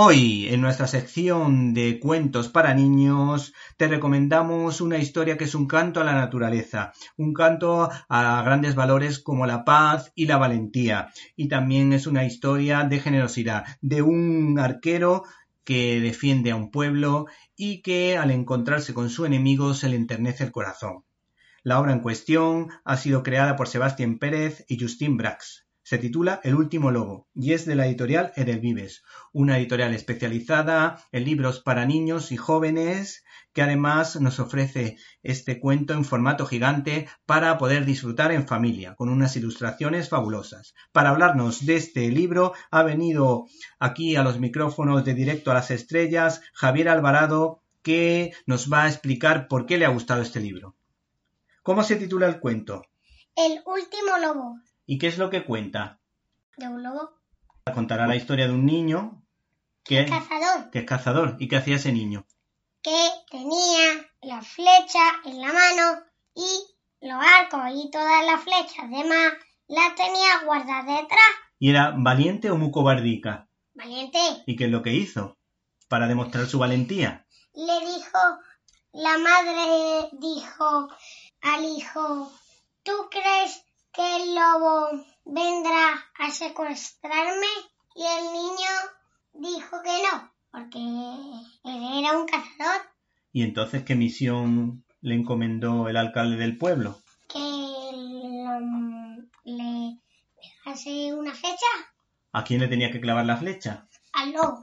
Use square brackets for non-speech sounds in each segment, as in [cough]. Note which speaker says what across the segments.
Speaker 1: Hoy, en nuestra sección de cuentos para niños, te recomendamos una historia que es un canto a la naturaleza, un canto a grandes valores como la paz y la valentía, y también es una historia de generosidad, de un arquero que defiende a un pueblo y que al encontrarse con su enemigo se le enternece el corazón. La obra en cuestión ha sido creada por Sebastián Pérez y Justin Brax, se titula El último lobo y es de la editorial Edelvives, una editorial especializada en libros para niños y jóvenes que además nos ofrece este cuento en formato gigante para poder disfrutar en familia, con unas ilustraciones fabulosas. Para hablarnos de este libro ha venido aquí a los micrófonos de Directo a las Estrellas Javier Alvarado que nos va a explicar por qué le ha gustado este libro. ¿Cómo se titula el cuento?
Speaker 2: El último lobo.
Speaker 1: ¿Y qué es lo que cuenta?
Speaker 2: De un lobo.
Speaker 1: Contará la historia de un niño que,
Speaker 2: Es cazador.
Speaker 1: que es cazador. ¿Y qué hacía ese niño?
Speaker 2: Que tenía la flecha en la mano y los arcos y todas las flechas demás las tenía guardadas detrás.
Speaker 1: ¿Y era valiente o muy cobardica?
Speaker 2: Valiente
Speaker 1: ¿Y qué es lo que hizo? Para demostrar su valentía.
Speaker 2: le dijo, la madre dijo al hijo, ¿tú crees que el lobo vendrá a secuestrarme? Y el niño dijo que no, porque él era un cazador.
Speaker 1: ¿Y entonces qué misión le encomendó el alcalde del pueblo?
Speaker 2: que lo- le dejase una fecha
Speaker 1: ¿A quién le tenía que clavar la flecha?
Speaker 2: al lobo.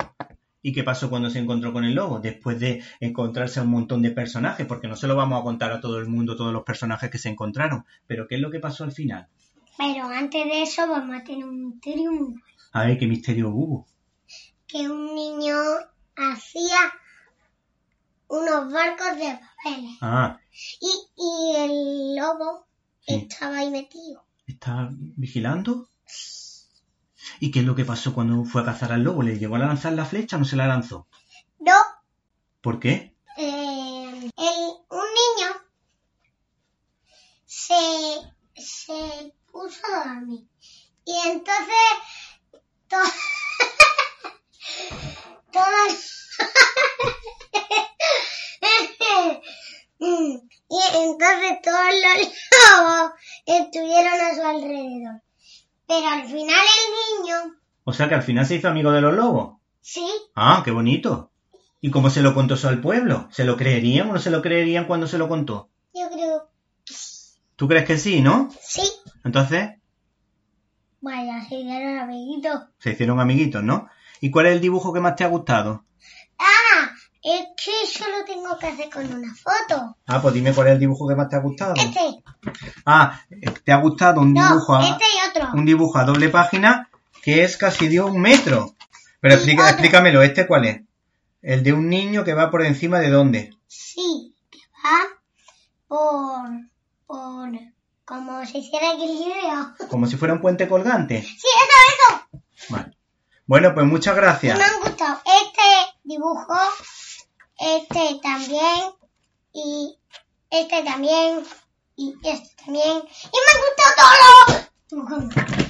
Speaker 1: ¿Y qué pasó cuando se encontró con el lobo? Después de encontrarse a un montón de personajes, porque no se lo vamos a contar a todo el mundo todos los personajes que se encontraron. Pero ¿qué es lo que pasó al final?
Speaker 2: Pero antes de eso vamos a tener un triunfo
Speaker 1: A ver qué misterio hubo.
Speaker 2: que un niño hacía unos barcos de papeles
Speaker 1: Ah,
Speaker 2: y, y el lobo
Speaker 1: Sí.
Speaker 2: estaba ahí metido.
Speaker 1: ¿Está vigilando? ¿Y qué es lo que pasó cuando fue a cazar al lobo? ¿Le llegó a lanzar la flecha o no se la lanzó?
Speaker 2: No,
Speaker 1: ¿Por qué?
Speaker 2: eh, el, un niño se, se puso a dormir y entonces to- [laughs] [laughs] todas Mm, y entonces todos los lobos estuvieron a su alrededor pero al final el niño
Speaker 1: O sea que al final se hizo amigo de los lobos.
Speaker 2: sí
Speaker 1: Ah, qué bonito. ¿Y cómo se lo contó eso al pueblo? ¿Se lo creerían o no se lo creerían cuando se lo contó?
Speaker 2: yo creo
Speaker 1: ¿Tú crees que sí, no?
Speaker 2: sí
Speaker 1: Entonces,
Speaker 2: vaya se dieron amiguitos
Speaker 1: se hicieron amiguitos, ¿no? ¿Y cuál es el dibujo que más te ha gustado?
Speaker 2: Ah, es que solo tengo que hacer con una foto.
Speaker 1: Ah, pues dime cuál es el dibujo que más te ha gustado.
Speaker 2: Este,
Speaker 1: Ah, ¿te ha gustado un
Speaker 2: no,
Speaker 1: dibujo a,
Speaker 2: este y otro.
Speaker 1: un dibujo a doble página que es casi de un metro. Pero
Speaker 2: Y
Speaker 1: explica-
Speaker 2: otro.
Speaker 1: explícamelo, ¿este cuál es? El de un niño que va por encima de dónde.
Speaker 2: Sí, que va por, por, como si hiciera equilibrio.
Speaker 1: Como si fuera un puente colgante.
Speaker 2: Sí, eso, eso.
Speaker 1: Vale. Bueno, pues muchas
Speaker 2: Y
Speaker 1: gracias.
Speaker 2: me han gustado este dibujo, este también, y este también, y este también. Y me han gustado todos los dibujos.